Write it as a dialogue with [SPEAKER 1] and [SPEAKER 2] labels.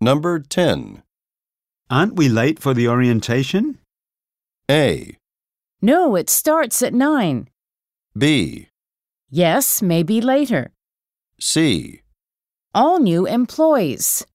[SPEAKER 1] Number 10.
[SPEAKER 2] Aren't we late for the orientation?
[SPEAKER 1] A,
[SPEAKER 3] No, it starts at 9.
[SPEAKER 1] B,
[SPEAKER 3] Yes, maybe later.
[SPEAKER 1] C.
[SPEAKER 3] All new employees.